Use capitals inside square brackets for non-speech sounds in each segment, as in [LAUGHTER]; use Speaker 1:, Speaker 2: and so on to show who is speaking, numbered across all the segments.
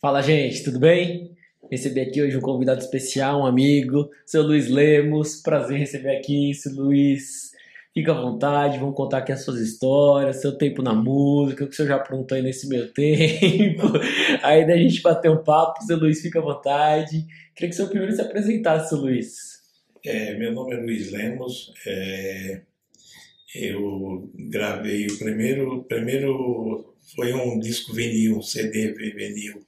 Speaker 1: Fala, gente, tudo bem? Recebi aqui hoje um convidado especial, um amigo, seu Luiz Lemos. Prazer em receber aqui, seu Luiz. Fica à vontade, vamos contar aqui as suas histórias, seu tempo na música, o que o senhor já aprontou aí nesse meio [LAUGHS] tempo. Aí da gente bater um papo, seu Luiz, fica à vontade. Queria que o senhor primeiro se apresentasse, seu Luiz.
Speaker 2: É, meu nome é Luiz Lemos. é, eu gravei o primeiro, primeiro foi um disco vinil, um CD vinil,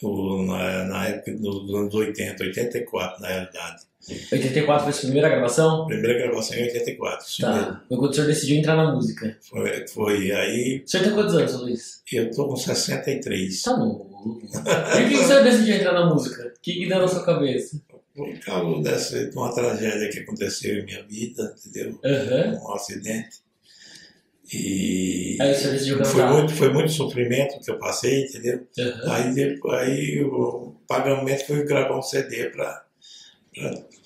Speaker 2: o- na, na época dos anos 80, 84 na realidade.
Speaker 1: 84 foi a sua primeira gravação?
Speaker 2: Primeira gravação em 84. isso mesmo.
Speaker 1: Tá. Foi quando o senhor decidiu entrar na música.
Speaker 2: Foi, foi aí,
Speaker 1: O senhor tem quantos anos, seu Luiz?
Speaker 2: eu tô com 63.
Speaker 1: Tá novo. E por que que o senhor decidiu entrar na música? O que, que deu na sua cabeça?
Speaker 2: Por causa dessa, de uma tragédia que aconteceu em minha vida, entendeu?
Speaker 1: Aham.
Speaker 2: Um acidente. E
Speaker 1: Aí o senhor decidiu
Speaker 2: foi
Speaker 1: cantar.
Speaker 2: muito, foi muito sofrimento que eu passei, entendeu?
Speaker 1: um Aham.
Speaker 2: Aí, depois, aí o pagamento foi gravar um CD para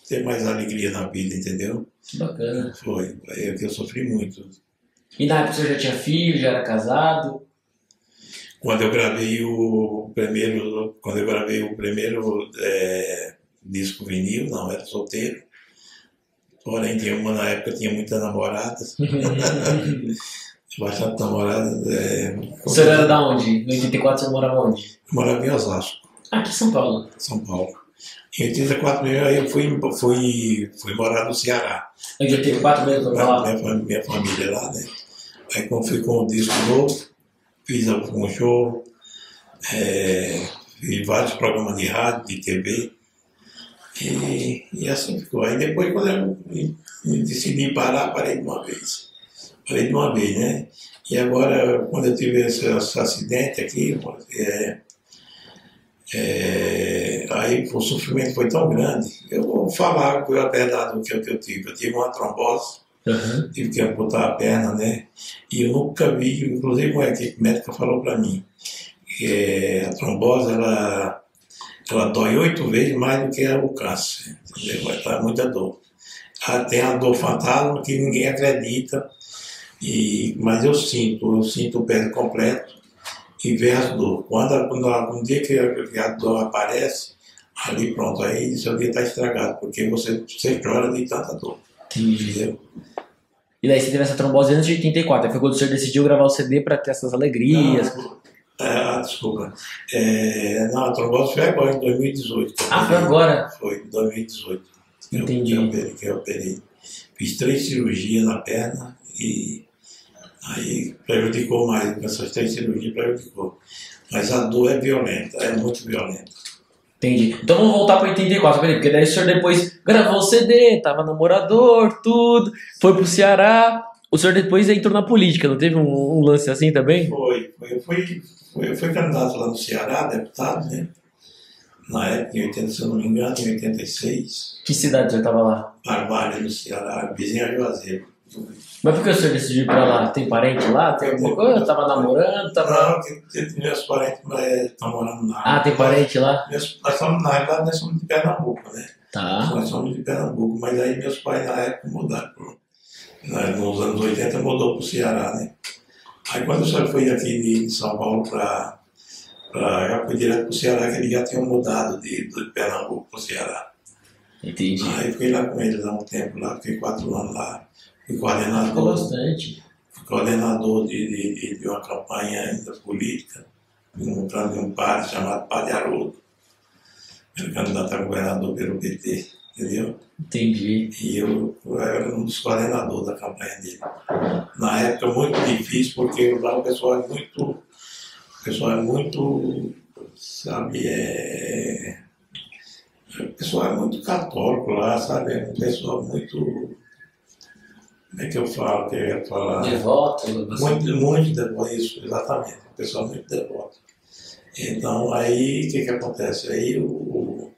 Speaker 2: ter mais alegria na vida, entendeu?
Speaker 1: Que bacana.
Speaker 2: Foi, é eu, eu sofri muito.
Speaker 1: E na época o senhor já tinha filho, já era [LAUGHS] casado?
Speaker 2: Quando eu gravei o primeiro, quando eu gravei o primeiro eh, disco vinil, não, era solteiro. Porém, tinha uma na época, tinha muitas namoradas, bastante namoradas. eh,
Speaker 1: o senhor era da onde? No 84 o senhor morava onde?
Speaker 2: Eu morava em Osasco.
Speaker 1: Aqui em São Paulo.
Speaker 2: São Paulo. Em 84 mesmo, aí eu fui, fui, fui morar no Ceará.
Speaker 1: Em 84 mesmo, eu
Speaker 2: Minha,
Speaker 1: falava.
Speaker 2: minha, É, fam- minha família lá, né? Aí quando fui com o disco novo, fiz algum show, eh, fiz vários programas de rádio, de TV. E, e assim ficou. Aí depois quando eu me, me decidi parar, parei de uma vez. Parei de uma vez, né? E agora, quando eu tive esse, esse acidente aqui, eh, é, aí o sofrimento foi tão grande. Eu vou falar com a verdade do que eu que eu tive. Eu tive uma trombose,
Speaker 1: Aham.
Speaker 2: tive que amputar a perna, né? E eu nunca vi, inclusive uma equipe médica falou para mim, que é, a trombose ela, ela dói oito vezes mais do que o câncer. Entendeu? Vai dar muita dor. Ela tem a dor fantasma que ninguém acredita, e, mas eu sinto, eu sinto o pé completo e vem as dor. Quando, a- quando a- um dia que a, que a dor aparece, ali pronto, aí seu dia está estragado, porque você, você chora de tanta dor.
Speaker 1: Entendi.
Speaker 2: Entendeu?
Speaker 1: E daí você teve essa trombose antes de 84. Aí foi quando o senhor decidiu gravar o CD pra ter essas alegrias.
Speaker 2: Ah, ah, desculpa. É, não, a trombose foi agora, em 2018. que eu
Speaker 1: Ah, foi
Speaker 2: operei.
Speaker 1: agora?
Speaker 2: Foi, em 2018. que eu-
Speaker 1: Entendi.
Speaker 2: Que eu, operei, que eu operei. Fiz três cirurgias na perna e aí prejudicou mais. com Essas três cirurgias prejudicou. Mas a dor é violenta, é muito violenta.
Speaker 1: Entendi. Então vamos voltar pra 84, peraí, porque daí o senhor depois gravou o CD, tava namorador, tudo, foi pro Ceará. O senhor depois entrou na política, não teve um, um lance assim também?
Speaker 2: Foi, foi. Eu fui, foi, eu fui candidato lá no Ceará, deputado, né? Na época, em 80, se eu não me engano, em 86,
Speaker 1: Que cidade o senhor tava lá?
Speaker 2: Barbalha, no Ceará, vizinha de Juazeiro.
Speaker 1: Mas por que o senhor decidiu ir pra lá? Tem parente lá? Tem alguma coisa? Tava namorando? Tava...
Speaker 2: Não, que, que meus parentes estão morando na.
Speaker 1: Ah, tem parente lá?
Speaker 2: Meus, nós somos, na verdade, nós somos de Pernambuco, né?
Speaker 1: Tá.
Speaker 2: Nós somos de Pernambuco, mas aí meus pais na época mudaram. pro- na- Nos anos 80 mudou para o Ceará, né? Aí quando eu só fui aqui de, de São Paulo para. Já fui direto para o Ceará, que eles já tinham mudado de, de Pernambuco para o Ceará.
Speaker 1: Entendi.
Speaker 2: Aí fiquei lá com eles há um tempo, lá, fiquei quatro anos lá. Fui
Speaker 1: Ficou
Speaker 2: coordenador,
Speaker 1: bastante.
Speaker 2: fui coordenador de, de, de, de uma campanha ainda política, de um, de um padre chamado Padre Haroldo. Era candidato a governador pelo PT, entendeu?
Speaker 1: Entendi.
Speaker 2: E eu, eu era um dos coordenadores da campanha dele. Na época muito difícil, porque lá o pessoal é muito. O pessoal é muito. Sabe, é. O pessoal é muito católico lá, sabe? É um pessoal muito. Como é que eu falo? Que eu ia falar?
Speaker 1: Devoto?
Speaker 2: Muito, muito devoto, isso, exatamente. O pessoal muito devoto. Então, aí, o que, que acontece? Aí, o,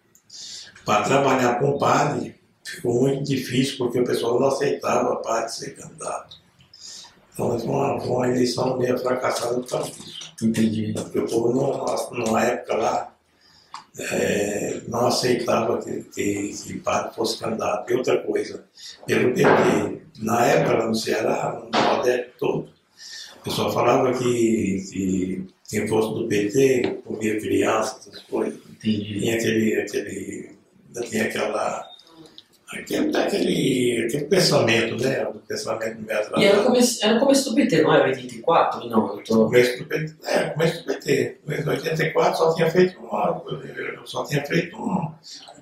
Speaker 2: para trabalhar com o padre, ficou muito difícil, porque o pessoal não aceitava o padre ser candidato. Então, foi uma, foi uma eleição meio então, fracassada por causa disso.
Speaker 1: Entendi.
Speaker 2: Porque o povo, não, numa época lá, eh, não aceitava que, que, que padre fosse candidato. E outra coisa, pelo PT, na época lá no Ceará, no Nordeste todo, O pessoal falava que, que quem fosse do PT comia criança, essas coisas.
Speaker 1: Entendi.
Speaker 2: Tinha aquele. aquele ainda tinha aquela. Aquele, aquele, aquele pensamento, né? O pensamento meio
Speaker 1: E era o
Speaker 2: atrasado.
Speaker 1: começo, era o começo do PT, não é? era 84? Não, eu tô.
Speaker 2: Começo do PT, é, começo do PT. Começo de 84 só tinha feito um uma, eu só tinha feito um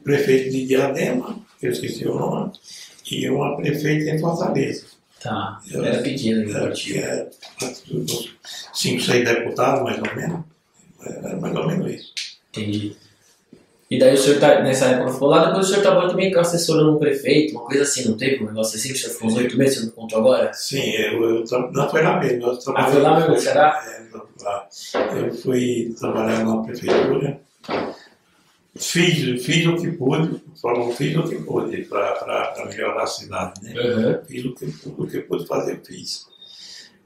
Speaker 2: prefeito de Diadema, que eu esqueci o nome, e uma prefeita em Fortaleza.
Speaker 1: Tá. Eu era pequeno, ainda,
Speaker 2: Era,
Speaker 1: eu tinha.
Speaker 2: tinha uns cinco, seis deputados, mais ou menos. Era mais ou menos isso.
Speaker 1: Entendi. E daí o senhor tá, nessa época ficou lá, depois o senhor trabalhou também com assessora num prefeito, uma coisa assim, não teve? Um negócio assim, que o senhor ficou uns oito meses, você não contou agora?
Speaker 2: Sim, eu, eu tra- não foi lá mesmo. Eu trabalhei,
Speaker 1: Ah, foi lá mesmo, será?
Speaker 2: É, eu- lá. Eu fui trabalhar na prefeitura, fiz, fiz o que pude, falou, fiz o que pude para melhorar a cidade, né?
Speaker 1: Uhum.
Speaker 2: Fiz o que, o que pude fazer, eu fiz.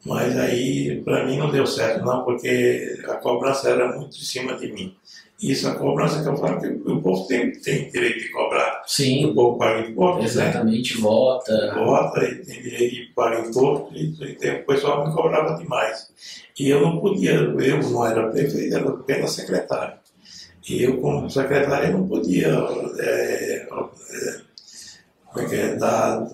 Speaker 2: Mas aí, para mim, não deu certo, não, porque a cobrança era muito em cima de mim. Isso, a cobrança que eu falo, que o povo tem, tem direito de cobrar.
Speaker 1: Sim,
Speaker 2: O povo paga imposto, né?
Speaker 1: exatamente, vota.
Speaker 2: Bota e tem direito de pagar imposto, e tem- tem- o pessoal me cobrava demais. E eu não podia, eu não era prefeito, era apenas secretário. E eu, como secretário, eu não podia é, é, como é que é, dar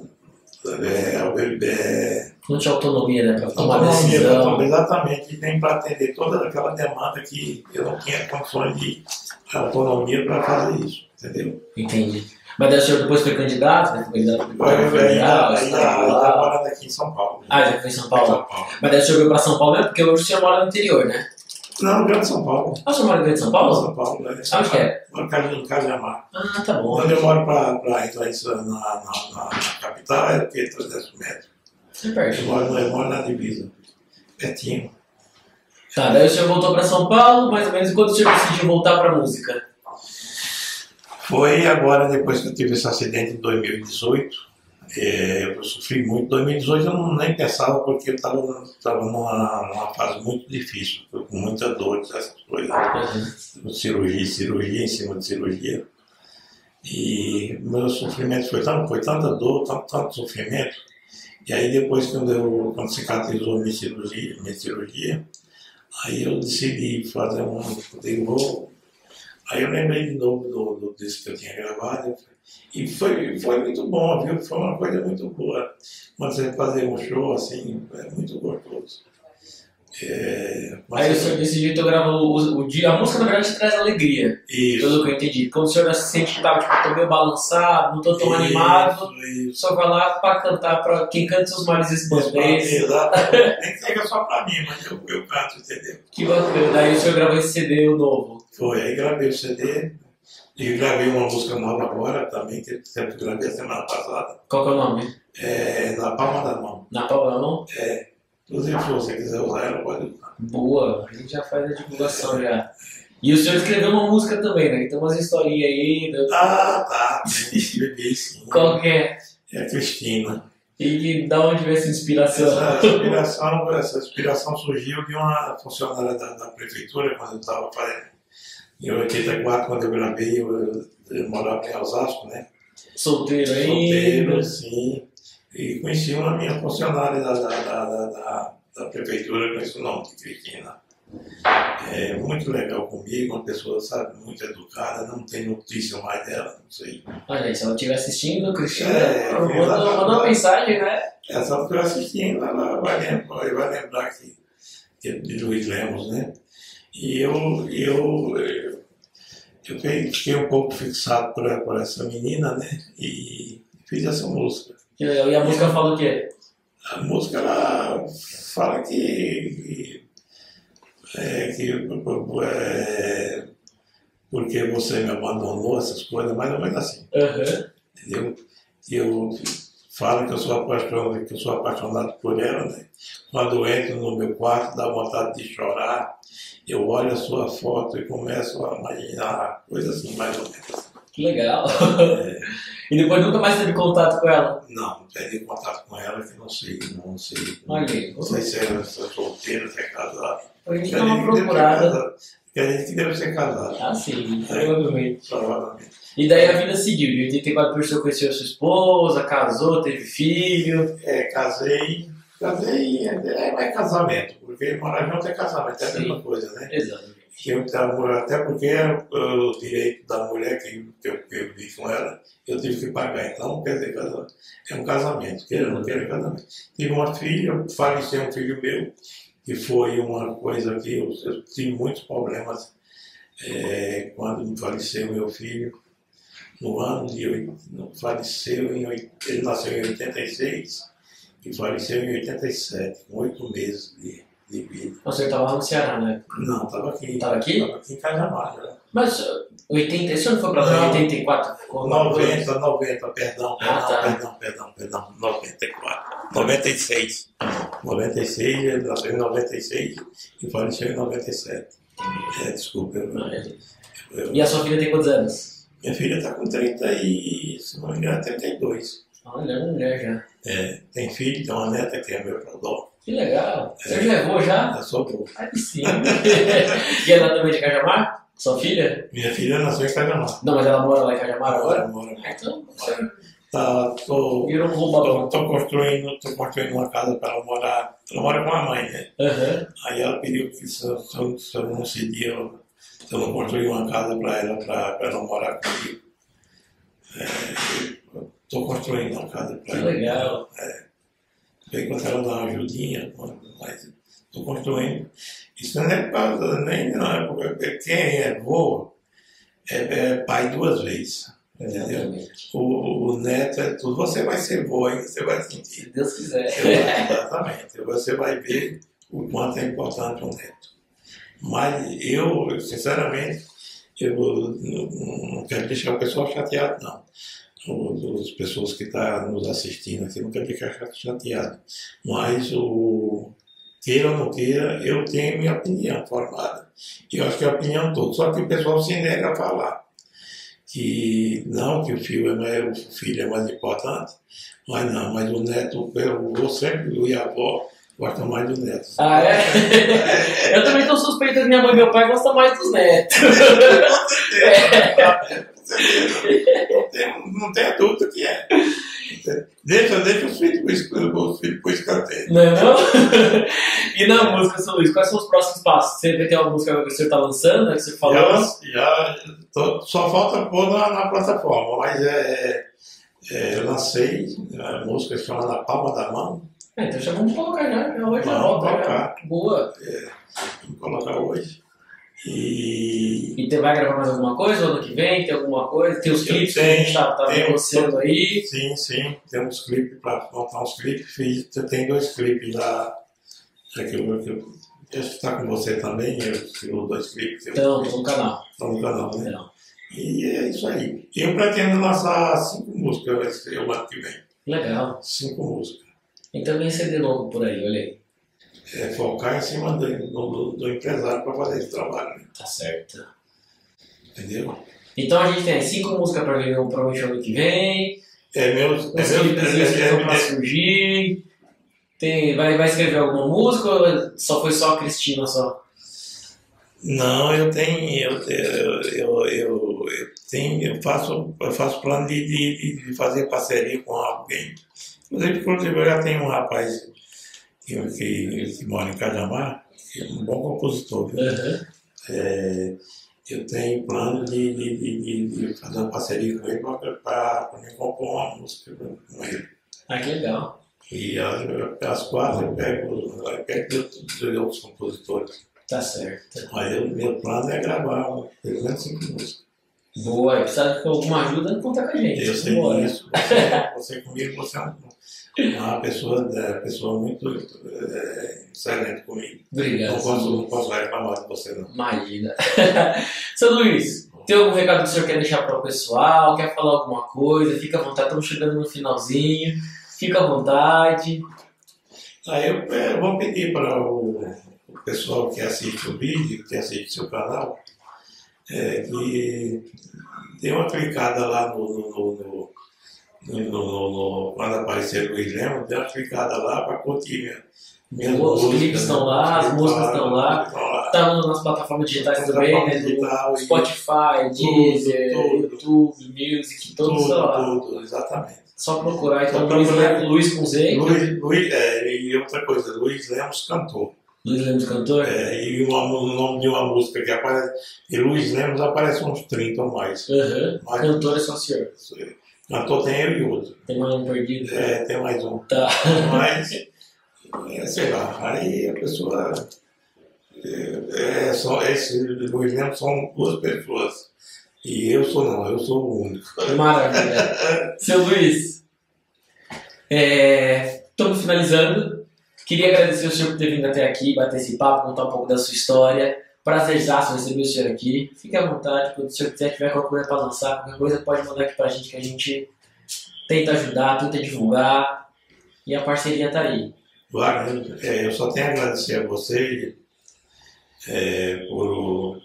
Speaker 2: é, é,
Speaker 1: Não tinha autonomia, né, pra tomar
Speaker 2: autonomia pra
Speaker 1: decisão.
Speaker 2: tomar- exatamente, e nem para atender toda aquela demanda que eu não tinha condições de autonomia para fazer isso, entendeu?
Speaker 1: Entendi. Mas daí o senhor depois foi candidato, né? Foi candidato a
Speaker 2: Agora
Speaker 1: deputado
Speaker 2: eu ainda,
Speaker 1: federal,
Speaker 2: ainda, ainda
Speaker 1: estadual.
Speaker 2: morando aqui em São Paulo.
Speaker 1: Ah, já foi em São Paulo.
Speaker 2: São Paulo.
Speaker 1: Mas daí o senhor veio pra São Paulo mesmo, porque hoje o senhor mora no interior, né?
Speaker 2: Não, Grande São Paulo.
Speaker 1: Ah, o senhor mora no interior de São Paulo?
Speaker 2: São Paulo, né?
Speaker 1: Ah, onde que é?
Speaker 2: Moro em Caju- em Cajamar.
Speaker 1: Ah, tá bom.
Speaker 2: Quando eu moro para entrar em São- na, na, na, na capital, é o quê? 300 metros.
Speaker 1: É perto.
Speaker 2: Eu moro, eu moro na divisa, pertinho.
Speaker 1: Tá, daí o senhor voltou pra São Paulo, mais ou menos, e quando o senhor decidiu voltar pra música?
Speaker 2: Foi agora, depois que eu tive esse acidente em 2018, é, eu sofri muito. Em 2018 eu não, nem pensava, porque eu estava numa, numa fase muito difícil, com muita dor, essas coisas. cirurgia, cirurgia em cima de cirurgia. E meu sofrimento foi tanto, foi tanta dor, tanto, tanto sofrimento. E aí depois quando eu quando cicatrizou minha cirurgia, minha cirurgia, aí eu decidi fazer um de novo. Aí eu lembrei de novo do, do disco que eu tinha gravado. E foi, foi muito bom, viu? Foi uma coisa muito boa. Quando você fazer um show assim, é muito gostoso. É, mas-
Speaker 1: Aí o senhor decidiu, então gravar o, o dia. A música, na verdade, traz alegria,
Speaker 2: Isso.
Speaker 1: pelo que eu entendi. Quando o senhor se sente que tá, tipo, tô meio balançado, não tô tão animado,
Speaker 2: Isso,
Speaker 1: só vai lá pra cantar, pra quem canta seus males É
Speaker 2: isso.
Speaker 1: espantais.
Speaker 2: Exato. Nem que seja só pra mim, mas eu, eu canto, entendeu?
Speaker 1: Que bacana. Daí o senhor gravou esse CD novo.
Speaker 2: Foi, aí gravei o CD e gravei uma música nova agora também, que eu sempre gravei a semana passada,
Speaker 1: Qual que é o nome?
Speaker 2: é, na palma da mão. É,
Speaker 1: Na palma da mão?
Speaker 2: Inclusive, se você quiser usar ela, pode usar.
Speaker 1: Boa, a gente já faz a divulgação já. E o senhor escreveu uma música também, né? Então umas historinhas aí. né?
Speaker 2: Ah, tá. Bebi,
Speaker 1: [LAUGHS]
Speaker 2: sim.
Speaker 1: Qual que é?
Speaker 2: É a Cristina.
Speaker 1: E da onde veio essa inspiração?
Speaker 2: Essa inspiração, essa inspiração surgiu de uma funcionária da, da prefeitura, quando eu estava fazendo. Em 84, quando eu gravei, eu, eu, eu morava em Osasco, né?
Speaker 1: Solteiro aí.
Speaker 2: Solteiro, sim. E conheci uma minha funcionária da, da, da, da, da- da prefeitura com esse nome de Cristina. É muito legal comigo, uma pessoa, sabe, muito educada, não tem notícia mais dela, não sei.
Speaker 1: Olha, aí, se ela estiver assistindo, Cristina,
Speaker 2: É,
Speaker 1: manda,
Speaker 2: eu tava-
Speaker 1: manda uma mensagem, né?
Speaker 2: É só porque eu assistindo, ela vai lembrar, vai lembrar que, que é de Luiz Lemos, né? E eu, eu, eu, eu fiquei fiquei um pouco fixado por, por essa menina, né? E fiz essa música.
Speaker 1: Que legal. E a música fala o quê?
Speaker 2: a música ela fala que, que, é, que é, porque você me abandonou, essas coisas, mais ou menos assim,
Speaker 1: Aham.
Speaker 2: entendeu? E eu falo que eu sou apaixonado, que eu sou apaixonado por ela, né? Quando eu entro no meu quarto, dá vontade de chorar, eu olho a sua foto e começo a imaginar coisas assim, mais ou menos.
Speaker 1: Que legal.
Speaker 2: É,
Speaker 1: E depois nunca mais teve contato com ela.
Speaker 2: não, perdi contato com ela que não sei, não sei.
Speaker 1: Olha aí.
Speaker 2: Não sei se ela se é solteira, se é casada.
Speaker 1: A gente dá
Speaker 2: Quer dizer
Speaker 1: uma
Speaker 2: que deve ser
Speaker 1: procurada.
Speaker 2: casado. Quer dizer que deve ser casado,
Speaker 1: Ah, sim, provavelmente.
Speaker 2: provavelmente.
Speaker 1: E daí a vida seguiu. De 84 por você conheceu a sua esposa, casou, teve filho.
Speaker 2: É, casei, Casei, é, é casamento, porque morar junto é casamento, é a
Speaker 1: Sim.
Speaker 2: mesma coisa, né?
Speaker 1: Exato.
Speaker 2: que eu tava morando, até porque era o direito da mulher que, que eu, que eu vi com ela, eu tive que pagar. Então, quer dizer, casa- é um casamento, queira ou não queira, é casamento. Tive uma filha, faleceu um filho meu, que foi uma coisa que eu, eu tive muitos problemas eh, quando faleceu meu filho. No ano de. oit- no- Faleceu em. oit- Ele nasceu em 86 e faleceu em 87, com oito meses de, de vida.
Speaker 1: Você estava lá no Ceará, né?
Speaker 2: Não, estava aqui.
Speaker 1: Tava aqui?
Speaker 2: Estava aqui em Cajamar, né?
Speaker 1: Mas ah, 80, esse ano foi pra lá,
Speaker 2: Não.
Speaker 1: 84? Ficou
Speaker 2: 90, 90, perdão, perdão,
Speaker 1: Ah, tá.
Speaker 2: perdão, perdão, perdão, 94, 96. 96, ele nasceu em 96 e faleceu em 97. É, desculpa, eu,
Speaker 1: Não, é.
Speaker 2: eu-
Speaker 1: E a sua filha tem quantos anos?
Speaker 2: minha filha está com 30 e, se não me engano, 32.
Speaker 1: Olha, é uma mulher já.
Speaker 2: É, tem filho, tem uma neta que é meu prodó,
Speaker 1: Que legal. Você já levou já?
Speaker 2: é só pro-
Speaker 1: Ah, que sim. [LAUGHS] e ela também é de Cajamar? Sua filha?
Speaker 2: Minha filha nasceu em Cajamar.
Speaker 1: Não, mas ela mora lá em Cajamar agora?
Speaker 2: Mora,
Speaker 1: Ah, Então, você
Speaker 2: tá, tô,
Speaker 1: virou um roubador.
Speaker 2: tô, tô construindo, tô construindo uma casa para ela morar, ela mora com a mãe, né?
Speaker 1: Aham.
Speaker 2: Aí ela pediu que se eu, se eu, se eu não cedia, eu- se eu não construí uma casa para ela, para ela morar comigo. Estou construindo uma casa para
Speaker 1: Que
Speaker 2: ela.
Speaker 1: legal.
Speaker 2: É. Vê quando ela dá uma ajudinha, mas estou construindo. Isso não é por causa, nem não, é porque quem é avô é, é pai duas vezes. Entendeu?
Speaker 1: Exatamente.
Speaker 2: O, o neto é tudo. Você vai ser avô, hein? você vai sentir.
Speaker 1: Se Deus quiser.
Speaker 2: Exatamente. Você vai ver o quanto é importante um neto. Mas eu, sinceramente, eu não não quero deixar o pessoal chateado, não. O- As pessoas que estão nos assistindo aqui não quero ficar cha- chateado. Mas o queira ou não queira, eu tenho minha opinião formada. E eu acho que é a opinião toda. Só que o pessoal se nega a falar. Que não, que o filho é mais, o filho é mais importante. Mas não, mas o neto, eu vou sempre, eu e a avó gostam mais do neto.
Speaker 1: Ah, é? [LAUGHS] Eu também tô suspeito que minha mãe e meu pai gostam mais dos netos.
Speaker 2: Não tem, não tem adulto que é. Deixa, deixa os filhos com isso, os filhos com isso que eu tenho.
Speaker 1: Não é não? [LAUGHS] E na música, seu Luiz, quais são os próximos passos? Você tem uma música que você tá lançando, né, que você falou?
Speaker 2: Já, já tô- só falta pôr na, na plataforma, mas é, é, eu lancei a música que chama Na Palma da Mão,
Speaker 1: É, então já vamos colocar já. já Hoje já
Speaker 2: Vamos
Speaker 1: volta. Já.
Speaker 2: colocar.
Speaker 1: Boa.
Speaker 2: vou colocar hoje. E
Speaker 1: E você vai gravar mais alguma coisa? Ano que vem? Tem alguma coisa? Tem os
Speaker 2: Eu
Speaker 1: clipes que a gente tá, tá
Speaker 2: tenho,
Speaker 1: negociando aí.
Speaker 2: sim, sim, tem uns clipes para montar uns clipes, fiz, tem dois clipes lá, já que eu, que eu, esse tá com você também, eu fiz dois clipes, eu-
Speaker 1: Então, tô no canal.
Speaker 2: estão no canal, né?
Speaker 1: Não.
Speaker 2: E é isso aí. Eu pretendo lançar cinco músicas eu ano que vem.
Speaker 1: Legal.
Speaker 2: Cinco músicas.
Speaker 1: Então vem CD novo por aí, olha aí.
Speaker 2: É focar em cima do, do- do empresário para fazer esse trabalho, né?
Speaker 1: Tá certo.
Speaker 2: entendeu?
Speaker 1: Então a gente tem cinco músicas pra ver pra o ano que vem.
Speaker 2: É meu. É
Speaker 1: Os
Speaker 2: meu
Speaker 1: clipes que
Speaker 2: é- é-
Speaker 1: estão pra
Speaker 2: é-
Speaker 1: surgir. Tem, vai, vai escrever alguma música ou só foi só a Cristina só?
Speaker 2: Não, eu tenho. Eu, eu, eu, eu, eu tenho, eu faço, eu faço plano de, de, de fazer parceria com alguém. Inclusive, inclusive, eu já tenho um rapaz que, que, que mora em Cajamar, que é um bom compositor. viu?
Speaker 1: Aham.
Speaker 2: É, eu tenho plano de, de- de- de- de fazer uma parceria com ele para me compor uma música com ele.
Speaker 1: Ah, que legal.
Speaker 2: E as, as quatro eu pego, eu pego de outros- de outros compositores.
Speaker 1: Tá certo.
Speaker 2: Mas o meu plano é gravar um- pelo menos cinco músicas.
Speaker 1: Boa, aí precisa de alguma ajuda, conta com a gente.
Speaker 2: Eu sei
Speaker 1: Vambora.
Speaker 2: disso. Você, [LAUGHS] você comigo, você é um- uma pessoa, é, pessoa muito é, excelente comigo.
Speaker 1: Obrigado.
Speaker 2: Não posso, não posso reclamar de você, não.
Speaker 1: Imagina. [LAUGHS] Seu Luiz, tem algum recado que o senhor quer deixar para o pessoal? Quer falar alguma coisa? Fica à vontade, estamos chegando no finalzinho. Fica à vontade.
Speaker 2: Aí eu eh, vou pedir para o, o pessoal que assiste o vídeo, que assiste seu canal, eh, que dê uma clicada lá no. no, no- no- no- no- no- quando aparecer o Luiz Lemos, dê uma clicada lá para curtir minha, minhas
Speaker 1: Boa, os
Speaker 2: músicas,
Speaker 1: clipes
Speaker 2: né?
Speaker 1: estão lá, as
Speaker 2: Os clipes
Speaker 1: músicas estão lá.
Speaker 2: estão lá.
Speaker 1: Estamos nas plataformas digitais
Speaker 2: Plataforma
Speaker 1: também, né?
Speaker 2: digital
Speaker 1: Do
Speaker 2: e-
Speaker 1: Spotify, Deezer,
Speaker 2: tudo.
Speaker 1: YouTube, Music, tudo,
Speaker 2: tudo,
Speaker 1: sei tá lá.
Speaker 2: tudo, exatamente.
Speaker 1: Só procurar então
Speaker 2: Só
Speaker 1: Luiz,
Speaker 2: procurar. Uhum.
Speaker 1: Lemos, Luiz com Z.
Speaker 2: Luiz, Luiz, é, e outra coisa, Luiz Lemos cantou.
Speaker 1: Luiz Lemos cantor.
Speaker 2: É, e uma, o nome de uma música que aparece, e Luiz Lemos aparece uns 30 ou mais.
Speaker 1: Aham.
Speaker 2: Mas-
Speaker 1: Cantor é só o senhor.
Speaker 2: Cantor tem eu e outro.
Speaker 1: Tem mais um perdido.
Speaker 2: É, tem mais um.
Speaker 1: Tá.
Speaker 2: Mas, é, sei lá, aí a pessoa. É, é, só, esse Luiz Lemos são duas pessoas. E eu sou não, eu sou um. o único.
Speaker 1: Maravilha. Seu Luiz, é, estamos finalizando. Queria agradecer o senhor por ter vindo até aqui, bater esse papo, contar um pouco da sua história. Prazerzaço receber o senhor aqui. Fique à vontade, quando o senhor quiser, tiver qualquer coisa para lançar, qualquer coisa pode mandar aqui pra gente que a gente tenta ajudar, tenta divulgar. E a parceria tá aí.
Speaker 2: Wagner, é, eu só tenho a agradecer a você é, por,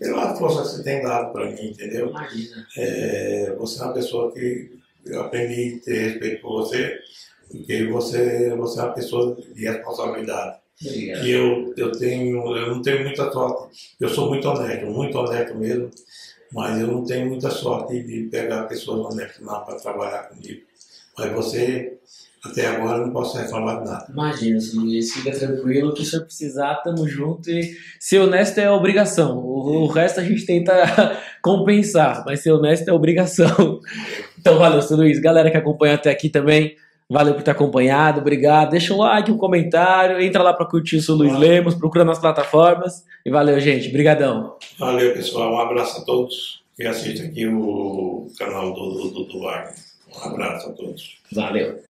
Speaker 2: pela força que você tem dado para mim, entendeu?
Speaker 1: Imagina.
Speaker 2: É, você é uma pessoa que eu aprendi a ter respeito por você, porque você, você é uma pessoa de responsabilidade.
Speaker 1: Obrigado.
Speaker 2: E eu, eu, tenho, eu não tenho muita sorte, eu sou muito honesto, muito honesto mesmo, mas eu não tenho muita sorte de pegar pessoas honestas não para trabalhar comigo. Mas você, até agora, eu não posso reclamar de nada.
Speaker 1: Imagina, seu Luiz, fica tranquilo. O que o senhor precisar, tamo junto. E ser honesto é obrigação. O, o resto a gente tenta [LAUGHS] compensar, mas ser honesto é obrigação. [LAUGHS] Então valeu, seu Luiz. Galera que acompanha até aqui também, valeu por ter acompanhado, obrigado. Deixa um like, um comentário, entra lá pra curtir o seu Luiz
Speaker 2: Valeu.
Speaker 1: Lemos, procura nas plataformas. E valeu, gente. Obrigadão.
Speaker 2: Valeu, pessoal. Um abraço a todos que assistem aqui o canal do, do, do Wagner. Um abraço a todos.
Speaker 1: Valeu.